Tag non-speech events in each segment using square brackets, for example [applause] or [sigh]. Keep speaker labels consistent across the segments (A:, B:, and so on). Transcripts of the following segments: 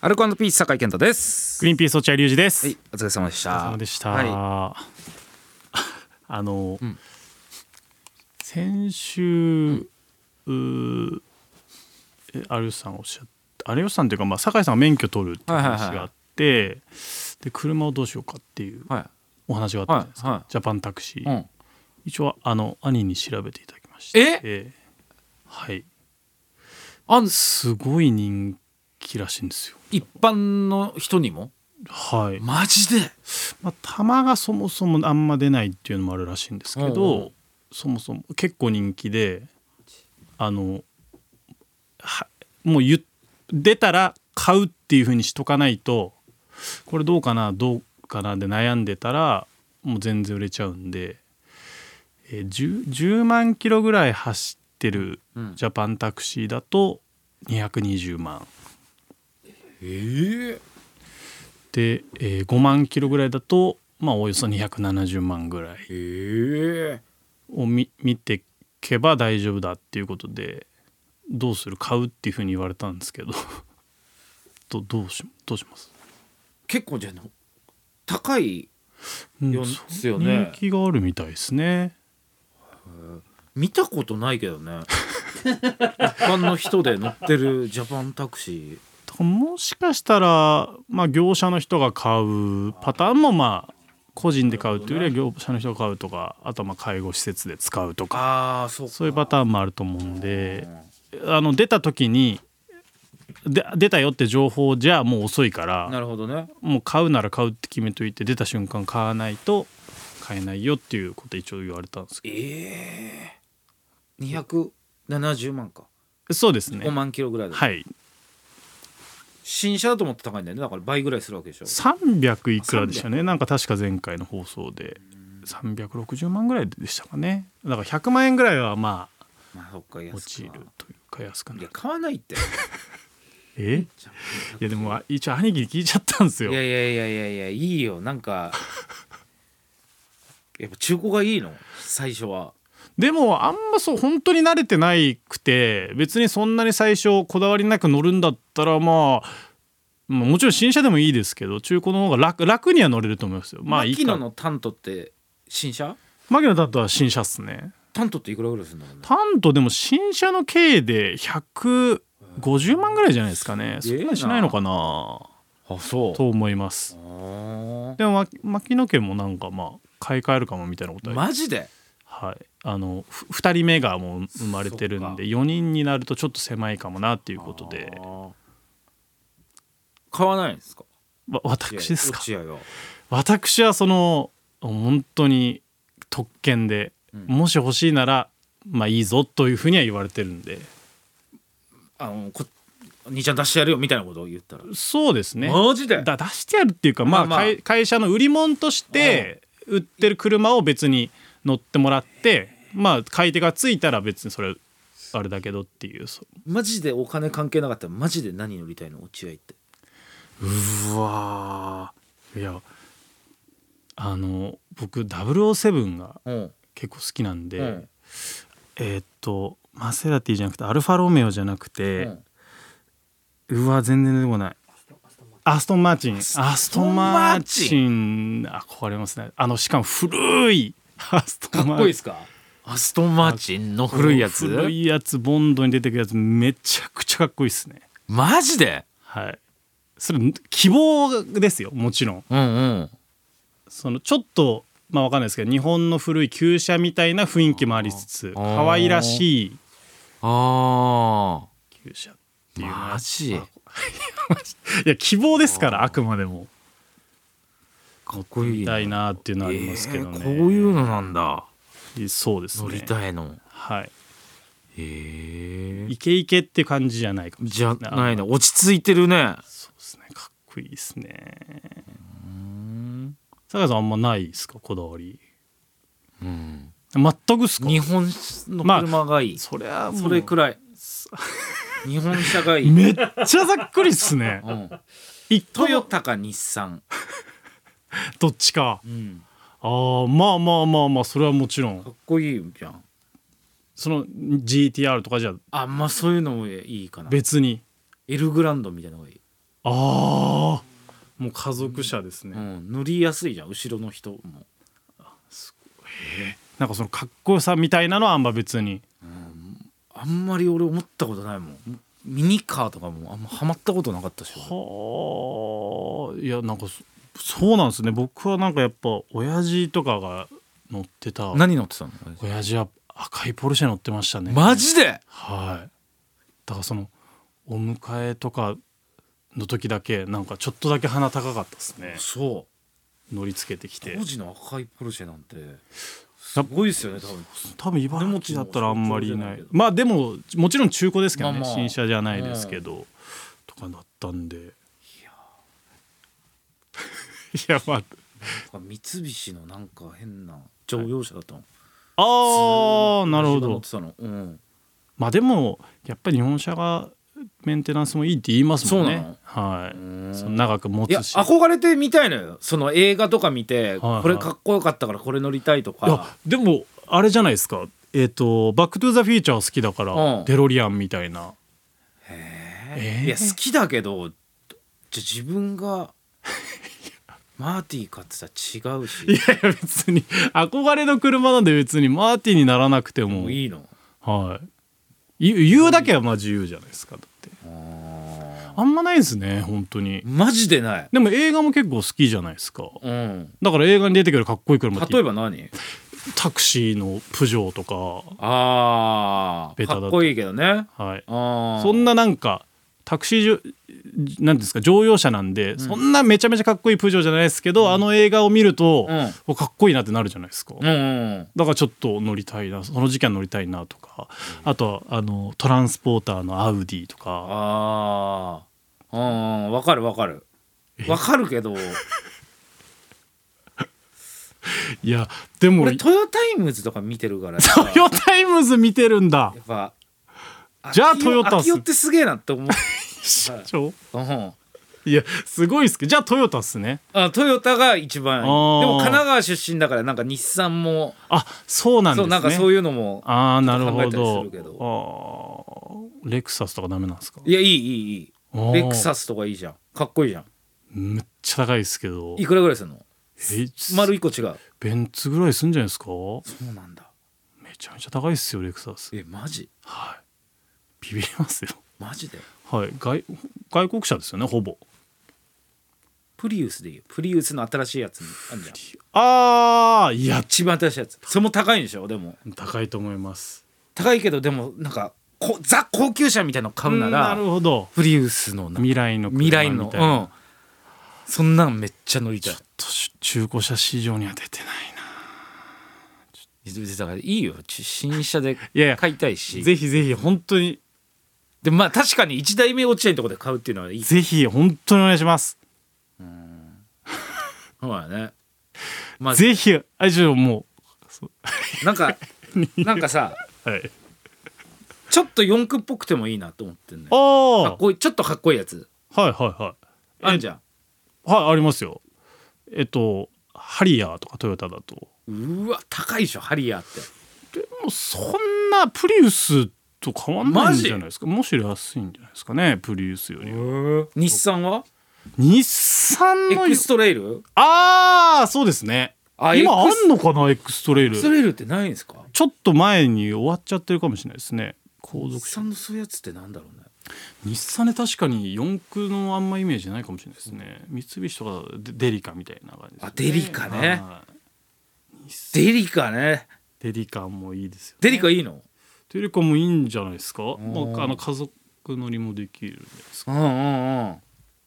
A: アルコピース酒井健太です
B: グリーンピース落合隆二です、
A: はいお疲れ様でし
B: お疲れ
A: た
B: 様でした、
A: は
B: [laughs] あの、
A: ん
B: 先週、うえ有吉さんおっしゃって有吉さんというか、まあ、酒井さんが免許取るっていう
A: はいはいは
B: 話
A: い
B: があって、で車をどうしようかっていう
A: いは
B: お話があっ
A: い
B: た
A: は
B: じゃないです
A: い
B: か、
A: は
B: ジャパンタクシー、
A: い、うん、
B: 一応あの兄に調べていただきまして
A: え
B: はい
A: あん
B: すごい人気らしいんですよ
A: 一般の人にも
B: はい
A: マジで
B: まあ、玉がそもそもあんま出ないっていうのもあるらしいんですけど、
A: うんうん
B: そもそも結構人気であのはもう言っ出たら買うっていうふうにしとかないとこれどうかなどうかなで悩んでたらもう全然売れちゃうんで、えー、10, 10万キロぐらい走ってる
A: うん
B: ジャパンタクシーだと220万
A: ええ
B: で、えー5万キロぐらいだと、まあ、およそ270万ぐらい。
A: ええ
B: を見見てけば大丈夫だっていうことでどうする買うっていうふうに言われたんですけど [laughs] どどうしどうします、
A: 結構じゃあの高い
B: うん
A: よん
B: そう
A: ですよね
B: 人気があるみたいですね
A: 見たことないけどね一般の人で乗ってるジャパンタクシ
B: だからもしかしたら、まあ、業者の人が買うパターンもまあ個人で買うっていうよりは業者の人が買うとかあとはまあ介護施設で使うと
A: ー
B: か
A: ああそう
B: そういうパターンもあると思うんであの出た時にで出たよって情報じゃもう遅いから
A: なるほどね
B: もう買うなら買うって決めといて出た瞬間買わないと買えないよっていうこと一応言われたんですけ
A: ええー、270万か
B: どそうです
A: 5
B: ね
A: 万キロぐらいだ、
B: はい
A: 新車だと思って高いんだよねだから倍ぐらいするわけでしょ
B: 300いくらでしたねなんか確か前回の放送で360万ぐらいでしたかねだから100万円ぐらいはまあ
A: まあそっか安く
B: 落ちるというか安くない
A: や
B: る
A: 買わないって
B: え
A: ジャ
B: いやでもあ一応兄貴に聞いちゃったんです
A: パン
B: よ
A: いやいやいやいやいやいいよなんかやっぱ中古がいいの最初は
B: でもあんまそう本当に慣れてないくて別にそんなに最初こだわりなく乗るんだったらまあまあもちろん新車でもいいですけど中古の方が楽楽には乗れると思いますよまあいい
A: 牧
B: か
A: 野のタントって新車
B: マキノだとは新車っすね
A: タントっていくらぐらいするんだろうね
B: タントでも新車の軽で150万ぐらいじゃないですかね
A: す
B: そ
A: げえ
B: ん
A: な
B: なしないのかな
A: あそう
B: と思います
A: あ
B: でもま牧野家もなんかまあ買い替えるかもみたいなこと
A: ー
B: は
A: マジで
B: はい、あのふ2人目がもう生まれてる
A: そっ
B: ん
A: か
B: で4人になるとちょっと狭いかもなっていうことで
A: あー買わないんですか
B: わ私ですか
A: 落合は
B: 私はその本当に特権で、
A: うん
B: もし欲しいならまあいいぞというふうには言われてるんで
A: あのこ兄ちゃん出してやるよみたいなことを言ったら、
B: そうですね
A: マジで
B: だ出してやるっていうか、まあ
A: まあまあ
B: 会会社の売り物として売ってる車を別に乗ってもらってまあ買い手がついたら別にそれあれだけどっていうそ
A: マジでお金関係なかったらマジで何乗りたいの落合って
B: うわーいやあの僕007が
A: うん
B: 結構好きなんで、
A: うん
B: えーっとマセラティじゃなくてアルファロメオじゃなくて、
A: うん
B: うわ全然出てこないアストンマーチンアストンマーチン憧れますねあのしかも古いアスト
A: か
B: ン
A: っ
B: マ
A: こいいで
B: ーチン
A: すかアストンマーチンの古いやつ
B: 古いやつボンドに出てくるやつめちゃくちゃかっこいいですね
A: マジで
B: はいそれ希望ですよもちろん
A: うんうん
B: そのちょっとまあわかんないですけど日本の古い旧車みたいな雰囲気もありつつ
A: あー
B: 可愛らしい
A: あ
B: 旧車っ
A: あ
B: ていうのは
A: マジ
B: いや希望ですからあくまでも
A: かっこい
B: み
A: いな
B: たいなっていうのはありますけどね、
A: えーこういうのなんだ
B: そうですね
A: 乗りたいの
B: はい
A: へえ
B: イケイケって感じじゃないかもし
A: じ
B: れ
A: ゃ
B: ない
A: ない
B: あ
A: の落ち着いてるね
B: そうですねかっこいいですね
A: うん
B: 坂井さんあんまないですかこだわり
A: うん
B: 全くっすか
A: 日本の車がいい
B: そりゃもう
A: それくらい [laughs] 日本車がいい
B: めっちゃざっくりっす
A: [laughs]
B: ね
A: うん
B: 一個
A: トヨタか日産
B: どっちか
A: うん
B: あーまあまあまあまあそれはもちろん
A: かっこいいじゃん
B: その GTR とかじゃ
A: あまあそういうのもいいかな
B: 別に
A: エルグランドみたいなのがいい
B: ああもう家族車ですね、
A: うん、塗りやすいじゃん後ろの人も、
B: なんかそのかっこよさみたいなのはあんま別に
A: うん、あんまり俺思ったことないもんミニカーとかもあんまハマったことなかったし俺
B: はあいやなんかそそうなんですね僕はなんかやっぱ親父とかが乗ってた
A: 何乗ってたの
B: 親父は赤いポルシェ乗ってましたね
A: マジで
B: はいだからそのお迎えとかの時だけなんかちょっとだけ鼻高かったですね
A: そ
B: 乗りつけてき
A: う
B: て
A: 当時の赤いポルシェなんてすごいですよね多分
B: 多分茨城だったらあんまりいな
A: で
B: い
A: も
B: まあでももちろん中古ですけどね、
A: まあまあ
B: 新車じゃないですけど、とかだったん [laughs] でいやまあ
A: 三菱のなんか変な乗用車だったの、
B: あーなるほ
A: 乗っ
B: ど
A: てたの、うん、
B: まあでもやっぱり日本車がメンテナンスもいいって言いますもん
A: そうな
B: ね
A: の
B: はい、
A: うん
B: その長く持
A: いや
B: つし
A: 憧れてみたいのよその映画とか見て、
B: はいはい
A: これかっこよかったからこれ乗りたいと
B: いや
A: か
B: でもあれじゃないですかえっ、と「バック・トゥ・ザ・フューチャー」好きだから、
A: うん
B: デロリアンみたいな
A: え
B: えー
A: いや好きだけどじゃ自分がマーティー買ってたら違うし
B: いやいや別に憧れの車なんで別にマーティンにならなくて
A: も
B: も
A: ういいの
B: はい言う言うだけはまあ自由じゃないですかだって
A: あー
B: あんまないですね本当に
A: マジでない、
B: でも映画も結構好きじゃないですか
A: うん、
B: だから映画に出てくるかっこいい車って
A: 例えば何
B: タクシーのプジョーとか、
A: あ
B: ベ
A: ー
B: タだと
A: かっこいいけどね
B: は
A: あ
B: い、
A: ー
B: そんななんかタクシーじょなんていうんですか乗用車なんで、そんなめちゃめちゃかっこいいプジョーじゃないですけど、あの映画を見ると、
A: うん
B: おかっこいいなってなるじゃないですか、
A: うんうんうん
B: だからちょっと乗りたいなその時期は乗りたいなとかあとはあのトランスポーターのアウディとか
A: ああうんうんわかるわかるわかるけど
B: いやでも
A: 俺トヨタイムズとか見てるから
B: [laughs] トヨタイムズ見てるんだ
A: や。っぱ
B: じゃあ
A: 秋代
B: トヨタっす
A: 秋代ってすげえなって
B: [laughs]
A: 思う、
B: 社長
A: うん、
B: いやすごいっすけどじゃあトヨタっすね。
A: あトヨタが一番いい
B: あ
A: で
B: ー
A: も神奈川出身だからなんか日産も
B: あそうなん
A: そ
B: です
A: う
B: ね。
A: なんかそういうのも
B: ああなるほ
A: ちょっ
B: ど
A: と考えたりするけ
B: あーレクサスとかダメなんですか
A: いやいいいいい
B: あー
A: いレクサスとかいいじゃんかっこいいじゃん
B: めっちゃ高いですけど
A: いくらぐらいするの
B: え
A: 丸一個違う
B: ベンツぐらいすんじゃないですか
A: そうなんだ
B: めちゃめちゃ高いっすよレクサス
A: えマジ
B: はいビビりますよ
A: マジで
B: はい外外国車ですよねほぼ
A: プリウスでいいよプリウスの新しいやつあんじゃん
B: ああいや
A: 一番新しいやつそれも高いんでしょでも
B: 高いと思います
A: 高いけどでもなんかこザ高級車みたいなの買うな
B: うんな
A: ら
B: るほど
A: プリウスのなんか
B: 未来の車
A: 未来の
B: みたいな
A: うんそんなんめっちゃ乗りた
B: ち
A: い
B: ょっとし中古車市場には出てないな。
A: だからいいよち新車で
B: いやいや
A: 買いたいし
B: ぜひぜひ本当に
A: でもまあ確かに1台目落ちないとこで買うっていうのはいい
B: ぜひ本当にお願いします。
A: そうだねまあ
B: ぜひあちょも
A: なん [laughs] かなんかさ
B: うはい。
A: ちょっと四駆っぽくてもいいなと思ってんね
B: ああ
A: かっこいいちょっとかっこいいやつ
B: はいはいはい。
A: あんじゃ
B: はいありますよ。えっとハリアーとかトヨタだと。
A: んうわ高いでしょハリアーって
B: もうそんなプリウスと変わんないんじゃないですか。もし安いんじゃないですかねプリウスよりは。
A: 日産は
B: 日産
A: エ
B: の
A: クストレイル
B: ああそうですね。
A: あ
B: 今あ
A: X-
B: んのかなエクストレイ
A: エク
B: ル
A: ス。トレイルってないんですか
B: ちょっと前に終わっちゃってるかもしれないですね。後
A: 日
B: 続車
A: 産のそういうやつってなんだろうね
B: 日産で確かに四駆のあんまイメージないかもしれないですね三菱とかデデリカみたいな感じです、ね、
A: あデリカね
B: はい
A: デリカね
B: デリカもいいですよ
A: デリカいいの
B: デリカもいいんじゃないですか、
A: ん
B: まあ、あの家族乗りもできるんじゃないですか
A: うんうんうん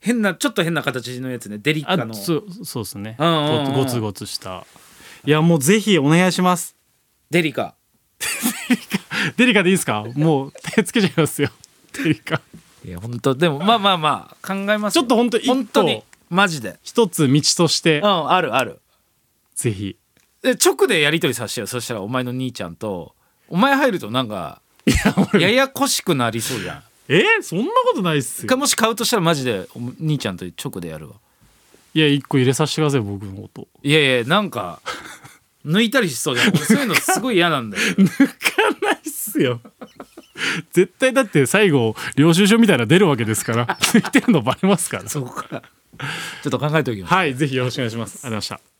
A: 変なちょっと変な形のやつねデリカ
B: あ
A: の
B: そうそうですね
A: うんうんうん
B: ごつごつしたいやもうぜひお願いします
A: デリカ
B: デリカでいいですかもう手つけちゃい
A: [laughs]
B: ますよデリカ
A: いや本当でもまあまあまあ考えます
B: ちょっと本当一個
A: 本当にマジで
B: 一つ道として
A: うんあるある
B: ぜひ
A: で直でやり取りさせてよそしたらお前の兄ちゃんとお前入るとなんか [laughs]
B: いや俺
A: ややこしくなりそうじ [laughs] ゃん
B: えそんなことないっす
A: 一
B: よ
A: 回もし買うとしたらマジでお兄ちゃんと直でやるわ
B: いや一個入れさせてください僕のこと
A: いやいやなん [laughs] か [laughs] 抜いたりしそうじゃん俺そういうのすごい嫌なんだよ
B: 抜かないっすよ絶対だって最後領収書みたいなの出るわけです [laughs] からついてるのバレますから
A: そうかちょっと考えておきます
B: はいぜひよろしくお願いしますありがとうございました